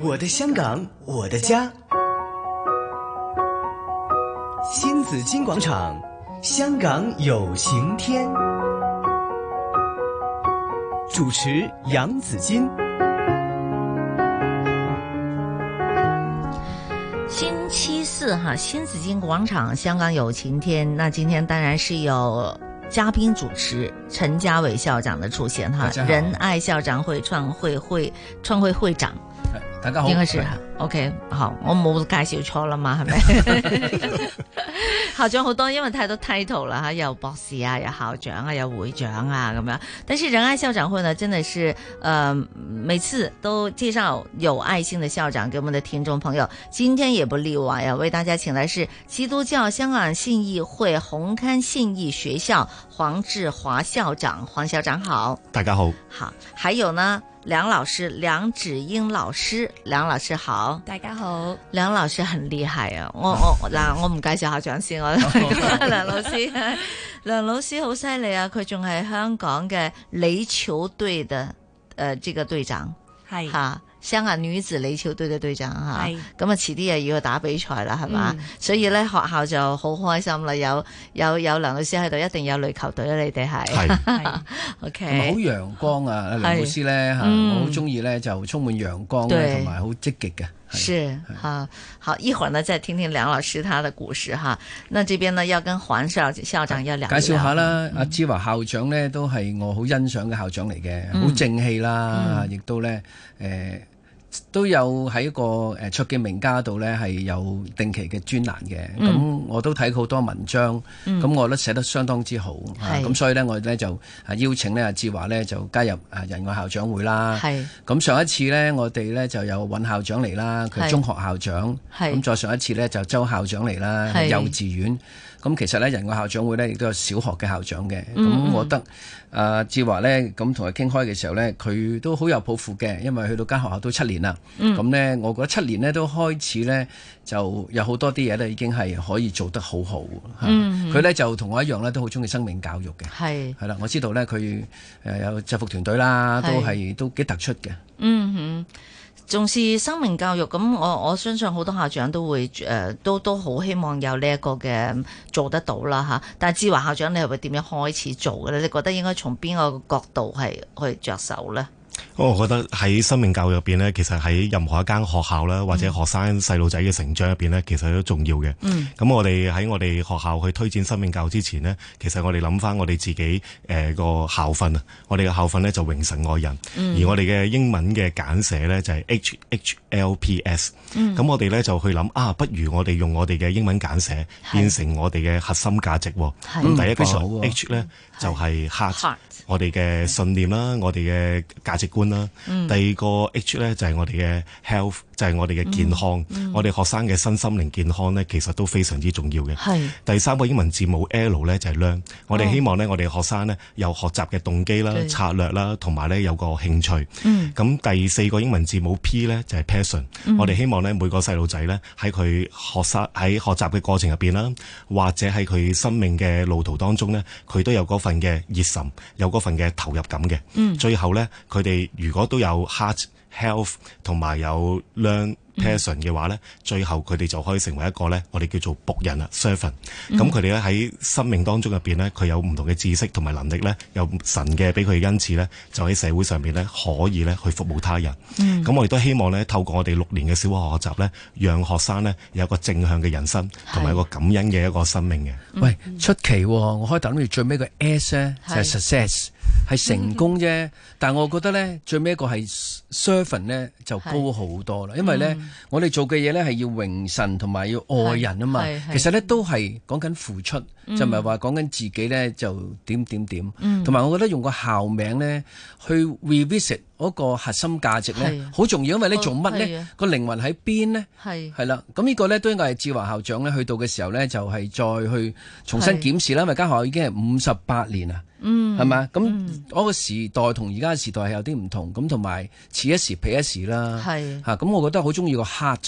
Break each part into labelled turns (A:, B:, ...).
A: 我的香港，我的家。新紫金广场，香港有晴天。主持杨紫金。
B: 星期四哈，新紫金广场，香港有晴天。那今天当然是有嘉宾主持陈家伟校长的出现哈
C: 大家，好
B: 仁爱校长会创会会创会会长。
C: 哎大家好，
B: 應該是 OK，好，我冇介紹錯啦 嘛，係咪？ 校長好多，因為太多 title 啦嚇，有博士啊，有校長啊，有會長啊咁樣。但是仁愛校長會呢，真的是呃，每次都介紹有愛心的校長給我們的聽眾朋友，今天也不例外呀，为大家请来是基督教香港信義會紅磡信義學校黃志華校長，黃校長好。
D: 大 家好，
B: 好，还有呢，梁老师，梁芷英老师，梁老师好，
E: 大家好，
B: 梁老师很厉害啊！我我嗱，我唔介紹校長先，我梁老師，梁老師好犀利啊！佢仲係香港嘅壘球隊嘅誒呢個隊長
E: 係
B: 嚇、香港女子壘球隊嘅隊長嚇。
E: 係
B: 咁啊，遲啲又要打比賽啦，係嘛？
E: 嗯
B: 所以咧，學校就好開心啦，有有有梁老師喺度，一定有壘球隊啦，你哋係。
E: 嗯係
C: 同埋好
B: OK，
C: 陽光啊，梁老師咧嚇，
B: 嗯
C: 我好中意咧就充滿陽光
B: 對
C: 咧，同埋好積極嘅。係
B: 是啊哈，好，一会儿呢再听听梁老师他的故事哈。那这边呢要跟黄校校长要聊一
C: 介
B: 聊
C: 紹下，
B: 嗯
C: 啦，阿志華校長咧都係我好欣賞嘅校長嚟嘅，
B: 嗯
C: 好正氣啦，亦都咧誒都有喺一個誒卓嘅名家度咧係有定期嘅專欄嘅，
B: 嗯
C: 咁我都睇過好多文章，咁我覺得寫得相當之好，啊
B: 係
C: 咁所以咧我咧就啊邀請咧阿志華咧就加入啊仁愛校長會啦。
B: 系
C: 咁上一次呢，我哋呢就有尹校長嚟啦，佢
B: 係
C: 中學校長。
B: 係
C: 咁再上一次呢，就周校長嚟啦，
B: 係
C: 幼稚園。咁其實呢，仁愛校長會呢亦都有小學嘅校長嘅。咁、
B: 嗯嗯
C: 我覺得啊，志華呢，咁同佢傾開嘅時候呢，佢都好有抱負嘅，因為去到間學校都七年啦。
B: 嗯
C: 咁、呢，我覺得七年呢都開始呢，就有好多啲嘢呢已經係可以做得好好。嚇
B: 嗯
C: 佢、呢就同我一樣呢，都好中意生命教育嘅。
B: 系，
C: 係啦，我知道呢，佢誒有制服團隊啦，都
B: 係
C: 係都幾突出嘅。
B: 嗯哼，重視生命教育，咁我我相信好多校長都會诶、呃都都好希望有呢一個嘅嗯做得到啦吓。但系志華校長，你係會點樣開始做嘅咧？你覺得應該從邊個角度係去着手咧？
D: 哦我覺得喺生命教育入邊咧，其實喺任何一間學校啦，或者學生細路仔嘅成長入邊咧，其實都重要嘅。
B: 嗯，
D: 咁我哋喺我哋學校去推展生命教育之前呢，其實我哋諗翻我哋自己誒個、校訓啊，我哋嘅校訓呢就榮神愛人，
B: 嗯
D: 而我哋嘅英文嘅簡寫呢就係 H H L P S。咁
B: 嗯
D: 我哋呢就去諗啊，不如我哋用我哋嘅英文簡寫
B: 係
D: 變成我哋嘅核心價值喎。
B: 係啊
D: 咁第一個
C: 非常好喎
D: H 呢就係
B: Heart
D: heart。我哋嘅信念啦，我哋嘅價值觀啦。第二個 H 咧就係我哋嘅 health，就係我哋嘅健康。我哋學生嘅身心靈健康咧，其實都非常之重要嘅。
B: 係
D: 第三個英文字母 L 咧就係 learn，我
B: 哦
D: 哋希望咧我哋學生咧有學習嘅動機啦
B: 對、嗯
D: 策略啦，同埋咧有個興趣。咁第四個英文字母 P 咧就係 passion，我哋希望咧每個細路仔咧喺佢學生喺學習嘅過程入邊啦，或者喺佢生命嘅路途當中咧，佢都有嗰份嘅熱忱，有嗰份嘅投入感嘅。
B: 嗯
D: 最後咧，佢哋如果都有 heart health 同埋有 learn。passion 嘅話咧，最後佢哋就可以成為一個咧，我哋叫做仆人啊 servant。咁佢哋咧喺生命當中入邊咧，佢有唔同嘅知識同埋能力咧，有神嘅俾佢嘅恩賜咧，就喺社會上邊咧可以咧去服務他人。咁、我亦都希望咧，透過我哋六年嘅小學學習咧，讓學生咧有一個正向嘅人生，同埋一個感恩嘅一個生命嘅。
C: 喂，出奇喎、我開頭諗住最尾個 S 咧就
B: 係
C: 係 success，係成 功啫。但我覺得咧最尾一個係 servant 咧就高好多啦，因為咧、我哋做嘅嘢咧係要榮神同埋要愛人啊嘛
B: 係係。
C: 其實咧都係講緊付出，就唔係話講緊自己咧就點點點。同埋、我覺得用個校名咧去 revisit 嗰個核心價值咧
B: 係
C: 好重要，因為你做乜
B: 係
C: 咧
B: 啊
C: 個靈魂喺邊咧？
B: 係
C: 係啦，咁呢個呢，都應該係志華校長呢去到嘅時候呢，就係、再去重新檢視啦，因為間學校已經係五十八年啦，嗯，係嘛？咁嗰個時代同而家嘅時代係有啲唔同，咁同埋此一時彼一時啦，
B: 係
C: 嚇咁、我覺得好中意個 heart，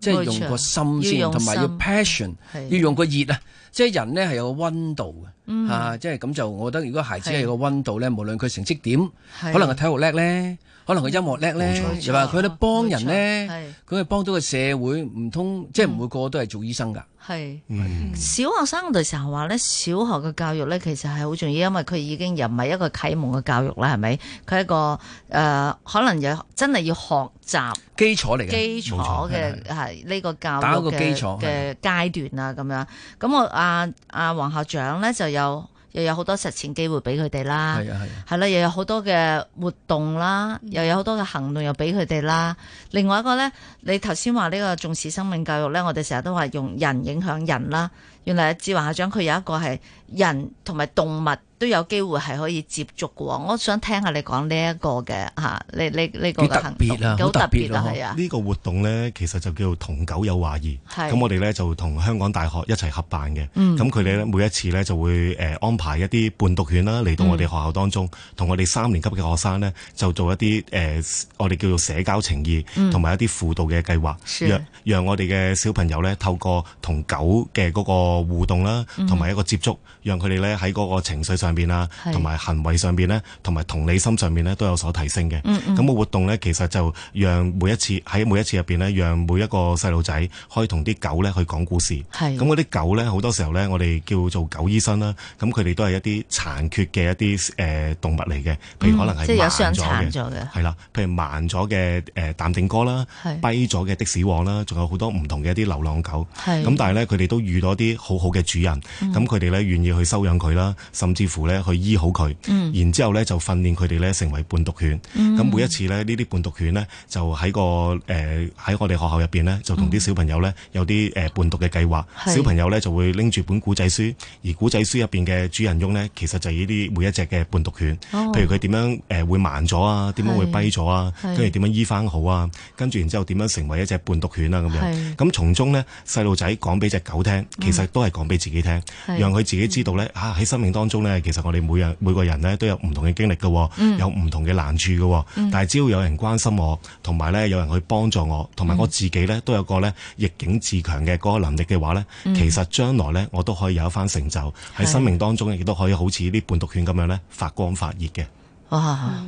C: 即係用個心
B: 要
C: 先，
B: 用
C: 同埋要
B: 心
C: passion，
B: 係
C: 要用個熱啊！即係人呢係有個温度嘅，啊，即係咁就我覺得，如果孩子係有個温度呢，無論佢成績點，
B: 係
C: 可能係體育叻呢，可能佢音樂叻咧
D: 冇，錯
C: 又話佢咧幫人咧，
B: 咧，
C: 佢係幫到個社會，唔
B: 嗯
C: 通即係唔會個個都係做醫生㗎。
B: 係。
D: 嗯，
B: 小學生嘅時候話咧，小學嘅教育咧其實係好重要，因為佢已經又唔係一個啟蒙嘅教育啦，係咪？佢係一個誒、呃可能又真係要學習
C: 基礎嚟嘅，
B: 基
D: 冇
B: 礎
D: 錯
B: 嘅係呢個教
C: 打
B: 育
C: 一個
B: 嘅
C: 基礎
B: 嘅階段啊，咁樣。咁我阿阿黃校長咧就有又有好多實踐機會俾佢哋啦。
C: 係嗯啊係啊，
B: 係啦，又有好多嘅活動啦，又有好多嘅行動又俾佢哋啦。另外一個呢，你頭先話呢個重視生命教育呢，我哋成日都話用人影響人啦。原來志華校長佢有一個係人同埋動物都有機會係可以接觸嘅喎。我想聽下你講呢一個嘅嚇，呢呢呢個
C: 幾
B: 嘅
C: 特
B: 行動
C: 別啊
B: 幾好
C: 好
B: 特
C: 特
B: 別
C: 別
B: 啊
C: 啊，
B: 係啊，
D: 呢個活動呢，其實就叫做同狗有懷疑。
B: 係
D: 咁我哋呢，就同香港大學一齊合辦嘅。
B: 嗯
D: 咁佢哋呢，每一次呢，就會誒安排一啲伴讀犬啦，嚟到我哋學校當中，同我哋三年級嘅學生呢，就做一啲誒我哋叫做社交情意，同埋一啲輔導嘅計劃，
B: 嗯是
D: 讓讓我哋嘅小朋友呢，透過同狗嘅嗰個互動啦，
B: 嗯
D: 同埋一個接觸，讓佢哋呢喺嗰個情緒上邊啊，
B: 係
D: 同埋行為上邊呢，同埋同理心上面呢，都有所提升嘅。
B: 嗯嗯
D: 咁個活動呢，其實就讓每一次喺每一次入邊呢，讓每一個細路仔可以同啲狗呢去講故事。
B: 係
D: 咁嗰啲狗呢，好多時候呢，我哋叫做狗醫生啦。咁佢哋都係一啲殘缺嘅一啲誒、呃、動物嚟嘅，譬如可能
B: 嗯即係
D: 係
B: 有
D: 盲
B: 傷殘
D: 咗嘅，
B: 咗嘅，
D: 係啦，譬如盲咗嘅誒淡定哥啦，
B: 係
D: 跛咗嘅的士王啦，仲有好多唔同嘅一啲流浪狗。
B: 係嗯
D: 咁但係咧，佢哋都遇到一啲好好嘅主人，咁佢哋咧願意去收養佢啦，甚至乎咧去醫好佢，
B: 嗯
D: 然之後咧就訓練佢哋咧成為伴讀犬。咁、每一次咧呢啲伴讀犬咧就喺個誒喺、我哋學校入邊咧就同啲小朋友咧有啲誒伴讀嘅計劃，
B: 係
D: 小朋友咧就會拎住本古仔書，而古仔書入邊嘅主人翁咧其實就係呢啲每一隻嘅伴讀犬，
B: 哦
D: 譬如佢點樣誒會盲咗啊，點樣會
B: 係
D: 跛咗啊，
B: 係
D: 跟住點樣醫翻好啊，跟住然之後點樣成為一隻伴讀犬啊咁樣。
B: 係
D: 咁從中呢，細路仔講俾只狗聽，其實都係講俾自己聽，
B: 係
D: 讓佢自己知道呢，啊喺生命當中呢，其實我哋每人每個人呢都有唔同嘅經歷嘅喎，有唔同嘅難處嘅喎，但係只要有人關心我，同埋呢有人去幫助我，同埋我自己呢都有個呢逆境自強嘅嗰個能力嘅話呢，其實將來呢我都可以有一番成就喺生命當中，亦都可以好似啲伴讀犬咁樣呢發光發熱嘅。
B: 哇！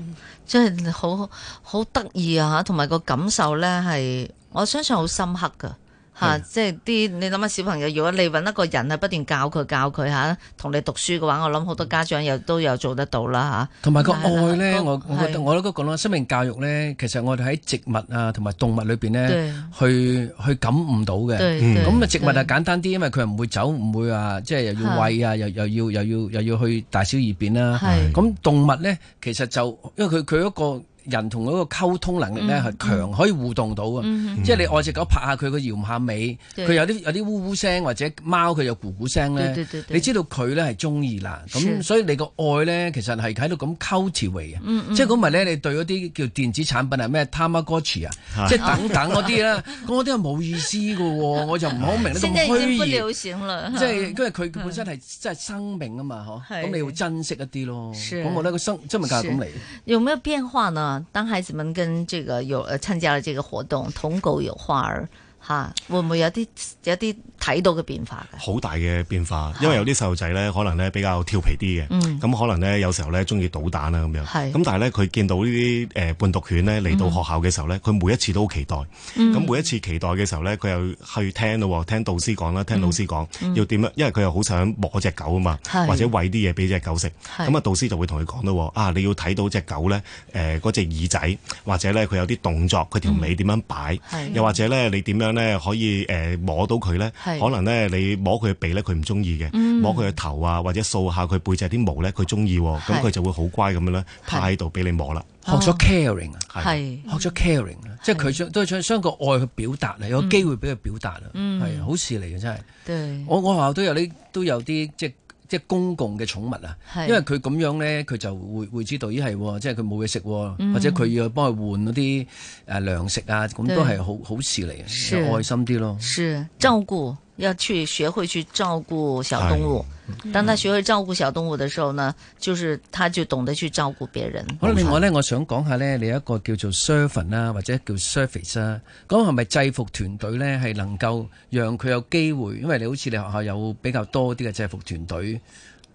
B: 真係好好得意啊嚇，同埋個感受咧係，我相信好深刻噶嚇、
D: 係
B: 即係啲你諗下小朋友，如果你揾一個人係不斷教佢教佢嚇，同你讀書嘅話，我諗好多家長又
D: 嗯
B: 都有做得到啦
C: 同埋個
B: 係啦
C: 愛咧，
B: 嗰
C: 我我覺
B: 係
C: 得我都講啦，生命教育咧，其實我哋喺植物啊同埋動物裏邊
B: 嚇。
C: 咧，
B: 對
C: 去去感悟到嘅。
B: 對
D: 嗯
B: 對
C: 咁啊，植物啊
B: 對
C: 簡單啲，因為佢唔會走，唔會話即係又要餵啊，又又要又要又要去大小二便啦。
B: 係
C: 咁動物呢，其實就因為佢佢嗰個人同嗰個溝通能力
B: 嗯
C: 呢係強，可以互動到啊。即係你愛只狗拍下佢，佢搖唔下尾，
B: 對
C: 佢有啲有啲嗚嗚聲或者貓佢有咕咕聲呢
B: 對對對，對
C: 你知道佢呢係中意啦。
B: 是
C: 咁所以你個愛呢，其實係喺度咁 cultivate
B: 嗯
C: 嘅，即係咁咪呢，你對嗰啲叫電子產品係咩 Tamagotchi 啊，
D: 係
C: 即係等等嗰啲啦，嗰啲係冇意思嘅喎，我就唔好 明呢咁
B: 現在已經不
C: 虛擬。
B: 流行了，啊嗯
C: 即係因為佢本身係即係生命啊嘛，嗬，
B: 係
C: 咁你要珍惜一啲咯。
B: 是
C: 咁我覺得個生生命教育咁嚟，
B: 有沒有變化呢？當孩子們跟這個有呃參加了這個活動，同狗有話兒嚇，會唔會有啲有啲睇到嘅變化嘅？
D: 好大嘅變化，因為有啲細路仔咧，可能咧比較調皮啲嘅，
B: 嗯
D: 咁、可能咧有時候咧中意搗蛋啊咁樣，
B: 係嗯
D: 咁但係咧佢見到呢啲誒伴讀犬咧嚟到學校嘅時候咧，佢、每一次都好期待，咁、每一次期待嘅時候咧，佢又去聽咯喎，聽導師
B: 嗯
D: 講啦，聽老師講、要點樣，因為佢又好想摸只狗啊嘛
B: 係，
D: 或者喂啲嘢俾只狗食，
B: 係
D: 咁啊導師就會同佢講咯喎，啊你要睇到只狗咧誒嗰隻耳仔，或者咧佢有啲動作，佢條尾點樣擺，
B: 嗯係
D: 又或者咧你點樣咧可以誒、呃摸到佢咧，
B: 係
D: 可能。可能咧你摸佢嘅鼻咧，佢唔中意嘅；摸佢嘅頭啊，或者掃下佢背脊啲毛咧，佢中意喎。咁
B: 係
D: 佢就會好乖咁樣咧，
B: 係
D: 趴喺度俾你摸啦。
C: 學
B: 哦
C: 咗 caring 啊，
B: 係。
C: 學咗 caring 啊，即係佢將都係將將個愛去表達啊，有個機會俾佢表達啊，係啊好事嚟嘅真係。
B: 對，
C: 我我學校都有啲都有啲即係即係公共嘅寵物啊，
B: 係
C: 因為佢咁樣咧，佢就會會知道咦係喎，即係佢冇嘢食喎，或者佢要幫佢換嗰啲誒糧食啊，咁都係好好事嚟
B: 是
C: 嘅，有愛心啲咯。
B: 是照顧，要去学会去照顾小动物。当他学会照顾小动物的时候呢，就是他就懂得去照顾别人。
C: 好啦，另外咧，我想講下咧，你有一個叫做 servant 啦，或者叫 service 啦，咁係咪制服團隊咧係能夠讓佢有機會？因為你好似你學校有比較多啲嘅制服團隊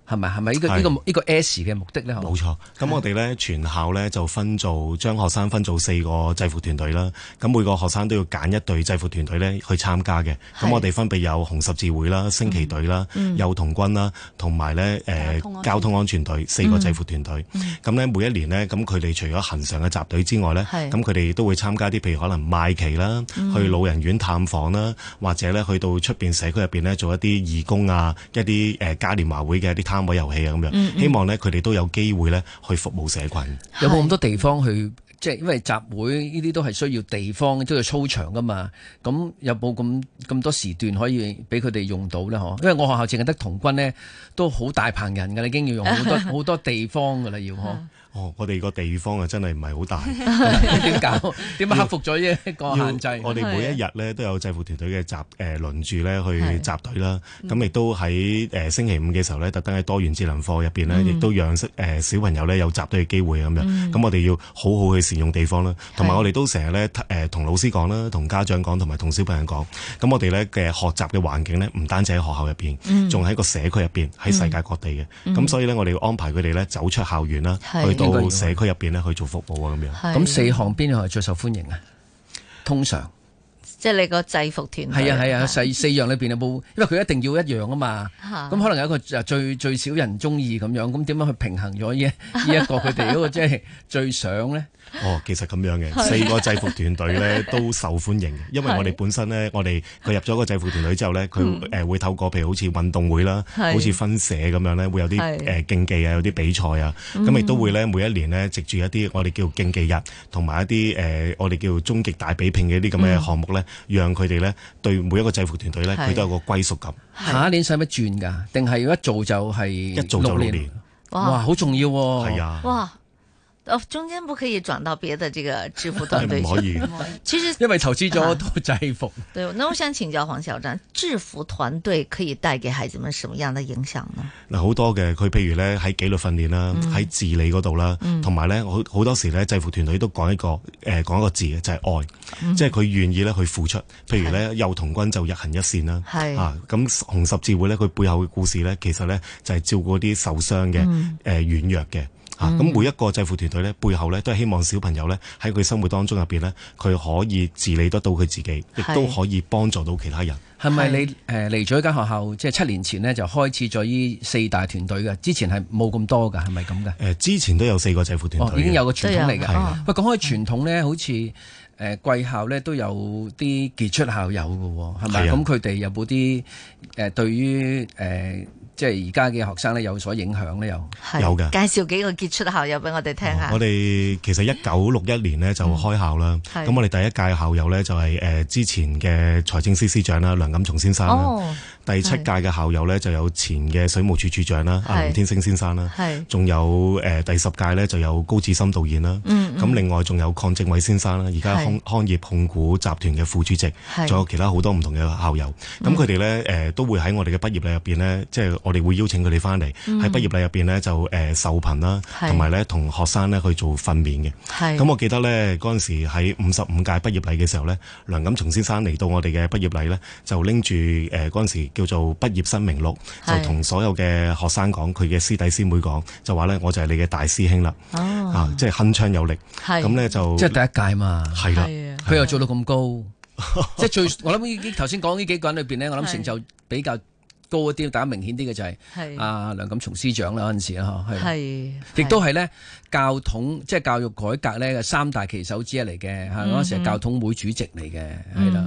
C: 係咪係咪呢個
D: 係
C: 呢個呢個 S 嘅目的咧？
D: 冇錯，咁我哋咧全校咧就分做將學生分做四個制服團隊啦。咁每個學生都要揀一隊制服團隊咧去參加嘅。
B: 係
D: 咁我哋分別有紅十字會啦、升旗隊啦、幼童軍啦，同埋咧誒交通安全隊四個制服團隊。咁咧每一年咧，咁佢哋除咗恒常嘅集隊之外咧，
B: 係
D: 咁佢哋都會參加啲譬如可能賣旗啦、去老人院探訪啦，或者咧去到出邊社區入邊咧做一啲義工啊、一啲誒嘉年華會嘅一啲攤位遊戲啊咁樣。希望咧佢哋都有機會咧去服務社群。
C: 有冇
B: 係
C: 咁多地方去？即係因為集會呢啲都係需要地方，都要操場噶嘛。咁有冇咁咁多時段可以俾佢哋用到咧？嗬，因為我學校淨係得童軍咧，都好大棚人㗎啦，已經要用 好多好多地方㗎啦，要嗬。
D: 哦，我哋個地方啊，真係唔係好大，
C: 點搞？點克服咗呢一個
D: 要
C: 限制？
D: 我哋每一日咧都有制服團隊嘅集誒輪住咧去集隊啦。
B: 嗯
D: 咁亦都喺誒星期五嘅時候咧，特登喺多元智能課入邊
B: 嗯
D: 咧，亦都讓識誒小朋友咧有集隊嘅機會咁樣。咁我哋要好好去善用地方啦，同埋
B: 係
D: 我哋都成日咧誒同老師講啦，同家長講，同埋同小朋友講。咁我哋咧嘅學習嘅環境咧，唔單止喺學校入
B: 嗯
D: 邊，仲喺個社區入邊，喺世界各地嘅。咁所以咧，我哋要安排佢哋咧走出校園啦，
B: 係
D: 去
C: 應該要
D: 到社區入邊咧去做服務啊咁樣。
B: 係
C: 咁四項邊項係最受歡迎啊？通常
B: 即係你個制服團隊
C: 係啊係啊，四四樣裏邊有冇？因為佢一定要一樣啊嘛。
B: 嚇
C: 咁可能有一個就最最少人中意咁樣，咁點樣去平衡咗呢一 呢一個佢哋嗰個即係最想咧？
D: 哦，其實咁樣嘅，四個制服團隊 咧都受歡迎嘅，因為我哋本身咧，我哋佢入咗個制服團隊之後咧，佢誒會透過譬如好似運動會啦，
B: 嗯係
D: 好似分社咁樣咧，會有啲
B: 係嗯
D: 誒競技啊，有啲比賽啊，咁亦都會咧每一年咧藉住一啲我哋叫競技日，同埋一啲誒我哋叫終極大比拼嘅一啲咁嘅項目咧，讓佢哋咧對每一個制服團隊咧，
B: 嗯係
D: 佢都有個歸屬感，
B: 係
C: 下一年使乜轉㗎？定係一做就係一
D: 一做就六年，
C: 哇，
B: 哇
C: 好重要喎！
D: 係，啊，
B: 哇！哦，中間不可以轉到別的這個制服團隊
D: 係唔可
B: 去。
D: 以。
B: 其實
C: 因為投資咗好多制服。
B: 對，那我想請教黃校長，制服團隊可以帶給孩子們什麼樣的影響呢？
D: 嗱好多嘅，佢譬如咧喺紀律訓練啦，
B: 嗯
D: 喺、治理嗰度啦，同埋咧好好多時咧制服團隊都講一個誒、呃、講一個字嘅就係、愛，
B: 嗯
D: 即係佢願意咧去付出。譬如咧幼童軍就日行一善啦，
B: 係
D: 啊咁紅十字會咧佢背後嘅故事咧，其實咧就係、照顧啲受傷嘅誒、
B: 嗯
D: 呃、軟弱嘅。啊！咁每一個制服團隊咧，背後咧都係希望小朋友咧喺佢生活當中入邊咧，佢可以治理得到佢自己，亦都
B: 係
D: 可以幫助到其他人。
C: 係咪你
B: 係
C: 誒嚟咗一間學校，即係七年前咧就開始咗呢四大團隊嘅？之前係冇咁多㗎，係咪咁㗎？
D: 誒、之前都有四個制服團
C: 哦，
D: 隊嘅，
C: 已經有個傳統嚟
B: 都有
C: 㗎
B: 哦。
C: 喂，講開傳統咧，好似誒、呃貴校咧都有啲傑出校友㗎喎，係咪？
D: 係啊
C: 咁佢哋有冇啲誒對於誒、呃即係而家嘅學生咧有所影響咧？又
B: 係
D: 有嘅
B: 介紹幾個傑出校友俾我哋聽下
D: 我。哋其實一九六一年呢就開校啦，
B: 啊嗯係
D: 咁、我哋第一屆校友呢，就係、誒之前嘅財政司司長啦梁錦松先生啦，
B: 哦，
D: 第七屆嘅校友呢，就有前嘅水務處處長啦阿
B: 係
D: 林天星先生啦，
B: 係
D: 仲有誒、呃第十屆呢，就有高志森導演啦，咁、
B: 嗯
D: 另外仲有鄺正偉先生啦，而家
B: 係
D: 康康業控股集團嘅副主席。
B: 係嗯
D: 仲有其他好多唔同嘅校友，咁佢哋咧誒都會喺我哋嘅畢業禮入邊咧，即係我哋會邀請佢哋翻嚟喺畢業禮入邊咧就誒受評啦，
B: 嗯係
D: 同埋咧同學生咧去做訓練嘅。
B: 係
D: 咁我記得咧嗰陣時喺五十五屆畢業禮嘅時候咧，梁錦松先生嚟到我哋嘅畢業禮咧，就拎住誒嗰陣時叫做畢業生名錄，
B: 係
D: 就同所有嘅學生講，佢嘅師弟師妹講，就話咧我就係你嘅大師兄啦，
B: 哦
D: 啊，即係鏗鏘有力。
B: 係
D: 咁咧就
C: 即係第一屆嘛，
D: 係啦。
B: 係啊
C: 佢又做到咁高，即係最我諗呢啲頭先講呢幾個人裏邊咧，我諗
B: 係
C: 成就比較高一啲，大家明顯啲嘅就係、
B: 係
C: 阿梁錦松司長啦嗰陣時啊啦，嚇係
B: 係
C: 亦都係咧教統即係教育改革咧嘅三大旗手之一嚟嘅，
B: 嗯
C: 嚇嗰陣時係教統會主席嚟嘅，係啦。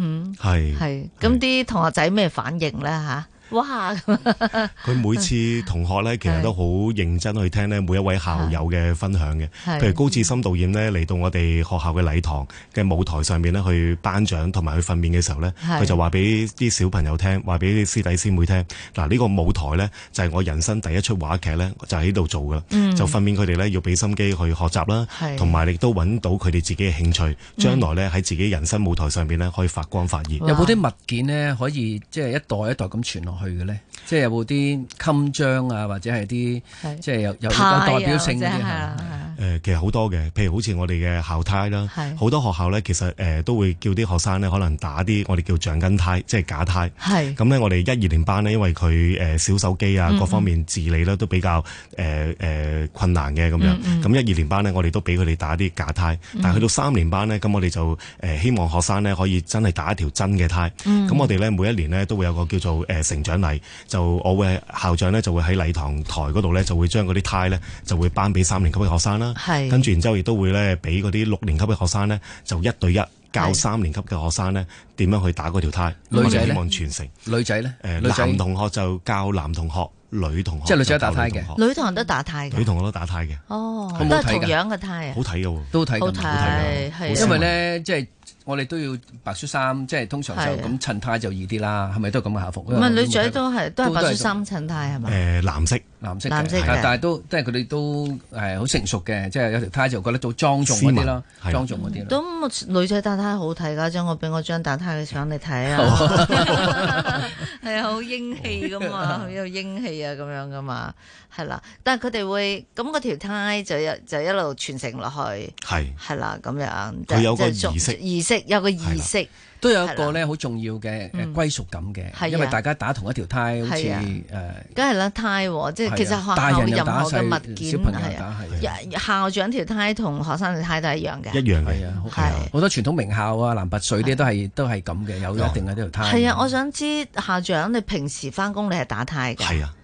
B: 係
D: 係
B: 嗯咁啲同學仔咩反應咧吓？哇！
D: 佢每
B: 嗯
D: 次同學咧，其實都好認真去聽咧每一位校友嘅分享嘅。
B: 啊係
D: 譬如高志森導演咧嚟到我哋學校嘅禮堂嘅舞台上面咧去頒獎同埋去訓練嘅時候咧，
B: 係
D: 佢就話俾啲小朋友聽，話俾啲師弟師妹聽，嗱呢個舞台咧就係我人生第一出話劇咧，就喺度做噶啦，就訓練佢哋咧要俾心機去學習啦
B: 嗯係，嗯
D: 同埋亦都揾到佢哋自己嘅興趣，將來咧喺自己人生舞台上面咧可以發光發熱。
B: 哇
C: 有冇啲物件咧可以即係一代一代咁傳落去嘅咧？即係有冇啲襟章啊，或者係啲
B: 係
C: 即係有有有
B: 派啊
C: 代表性嗰
B: 或者
C: 啲
B: 係
C: 嚇
B: 啊係啊
D: 誒其實好多嘅，譬如好似我哋嘅校呔啦
B: 係，
D: 好多學校咧其實誒都會叫啲學生咧可能打啲我哋叫橡筋呔，即係假呔。
B: 係
D: 咁咧，我哋一二年班咧，因為佢誒小手機啊，
C: 嗯
D: 各方面治理咧都比較誒誒困難嘅咁樣。
C: 嗯
D: 咁一二年班咧，我哋都俾佢哋打啲假胎，但係去到三年班咧，咁我哋就誒希望學生咧可以真係打一條真嘅胎。
C: 嗯
D: 咁我哋咧每一年咧都會有個叫做誒成長禮，就我會校長咧就會喺禮堂台嗰度咧就會將嗰啲胎咧就會頒俾三年級嘅學生啦。
B: 係
D: 跟住然之後亦都會咧俾嗰啲六年級嘅學生咧就一對一。教
B: 係
D: 三年級嘅學生咧點樣去打嗰條胎，
C: 女仔
D: 我哋希
C: 呢
D: 望傳承。
C: 女仔咧，
D: 誒
C: 女
D: 呃男
C: 仔
D: 同學就教男同學，女同學
C: 即係女仔
D: 就教
C: 打呔嘅
D: 女同學
B: 女堂都打呔
D: 女
B: 㗎，
D: 同學都打呔嘅，
B: 哦，
C: 好
B: 都
C: 唔好睇
B: 係
C: 㗎
B: 同樣嘅呔啊
D: 好，睇嘅喎。
C: 都睇
B: 好
C: 咁
B: 睇
C: 好睇㗎
B: 係係
D: 好
B: 啊
D: 深
C: 因為咧，即係我哋都要白恤衫，即係通常
B: 係
C: 就
B: 啊
C: 咁襯呔就易啲啦，係咪都係咁嘅校服？
B: 唔係女仔
C: 因為
B: 都係都係
C: 都
B: 白
C: 都係
B: 雪衫襯呔係嘛？
D: 誒呃藍色
C: 藍色嘅，
B: 藍色嘅
C: 係啊但係都即係佢哋都誒好成熟嘅，即係有條呔就覺得到莊重
D: 斯
C: 嗰
D: 文
C: 啲啦，
D: 嗯係啊
C: 莊重嗰啲啦。
B: 咁女仔打呔好睇㗎，將我俾我張打呔嘅相你睇 啊， 係啊，好英氣噶嘛，好有英氣啊咁樣噶嘛，係啦。但係佢哋會咁嗰條呔就一就一路傳承落去，
D: 係
B: 係啦咁樣。
D: 佢有個
B: 即係
D: 儀式
B: 儀式有個儀式
C: 都有一個咧好重要嘅誒歸屬感
B: 係啊
C: 嘅，因為大家打同一條呔，好似
B: 係啊
C: 誒
B: 梗係啦，呔喎，即
C: 係
B: 係
C: 啊
B: 其實學
C: 大
B: 校
C: 人又
B: 任
C: 打
B: 何嘅
C: 細
B: 物件
C: 小朋友又
B: 係啊，
C: 打係啊
B: 一校長條呔同學生條呔都係一樣
D: 一
B: 嘅。
D: 樣
C: 係
D: 嘅，
C: 啊，好
B: 係啊
C: 好多傳統名校啊、南拔水啲都係都係咁嘅，有一定嘅呢條呔。
B: 係啊，我想知校長你平時翻工你係打呔嘅，
D: 係啊，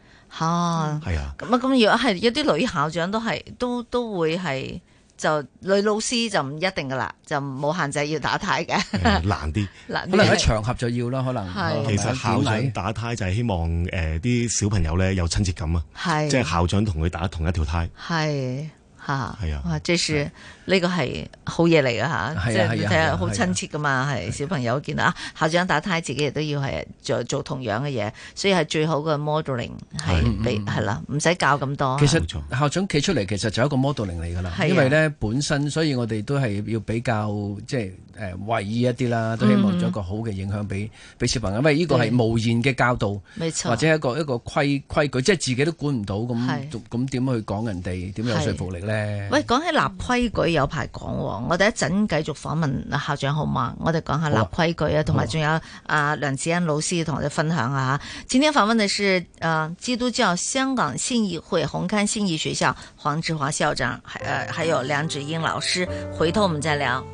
B: 嚇。
D: 係 啊。
B: 咁啊，咁如果係有啲女校長都係都都會係就女老師就唔一定噶啦，就冇限制要打呔嘅。
D: 誒呃難啲，
B: 嗱，
C: 可能喺
B: 你
C: 場合就要啦，可能
B: 係
D: 其實校長打呔就係希望誒啲小朋友咧有親切感啊，
B: 係
D: 即係校長同佢打同一條呔，
B: 係嚇，
D: 係啊
B: 哇！即是呢個係好嘢嚟噶
C: 係
B: 嚇，
C: 啊
B: 即係你睇
C: 係啊係
B: 下
C: 啊
B: 好
C: 係啊
B: 親切噶嘛，係小朋友見到啊校長打呔，自己亦都要係做做同樣嘅嘢，所以係最好嘅 modeling 係
C: 係
B: 俾係啦，唔使教咁多。
C: 其實
D: 冇錯
C: 校長企出嚟其實就係一個 modeling 嚟㗎啦
B: 係，啊
C: 因為咧本身所以我哋都係要比較即係誒為意一啲啦，都希
B: 嗯
C: 望做一個好嘅影響俾俾小朋友，因為呢個係無言嘅教導，
B: 沒錯，
C: 或者係一個一個規規矩，即係自己都管唔到
B: 係
C: 咁，咁點去講人哋點有說服力咧？
B: 喂，講起立規矩有排講喎，我哋一陣繼續訪問校長好嘛？我哋講下立規矩啊，同埋仲有啊梁子恩老師同我哋分享啊。今天訪問的是呃基督教香港信義會紅磡信義學校黃志華校長，還呃還有梁芷英老師。回頭我們再聊。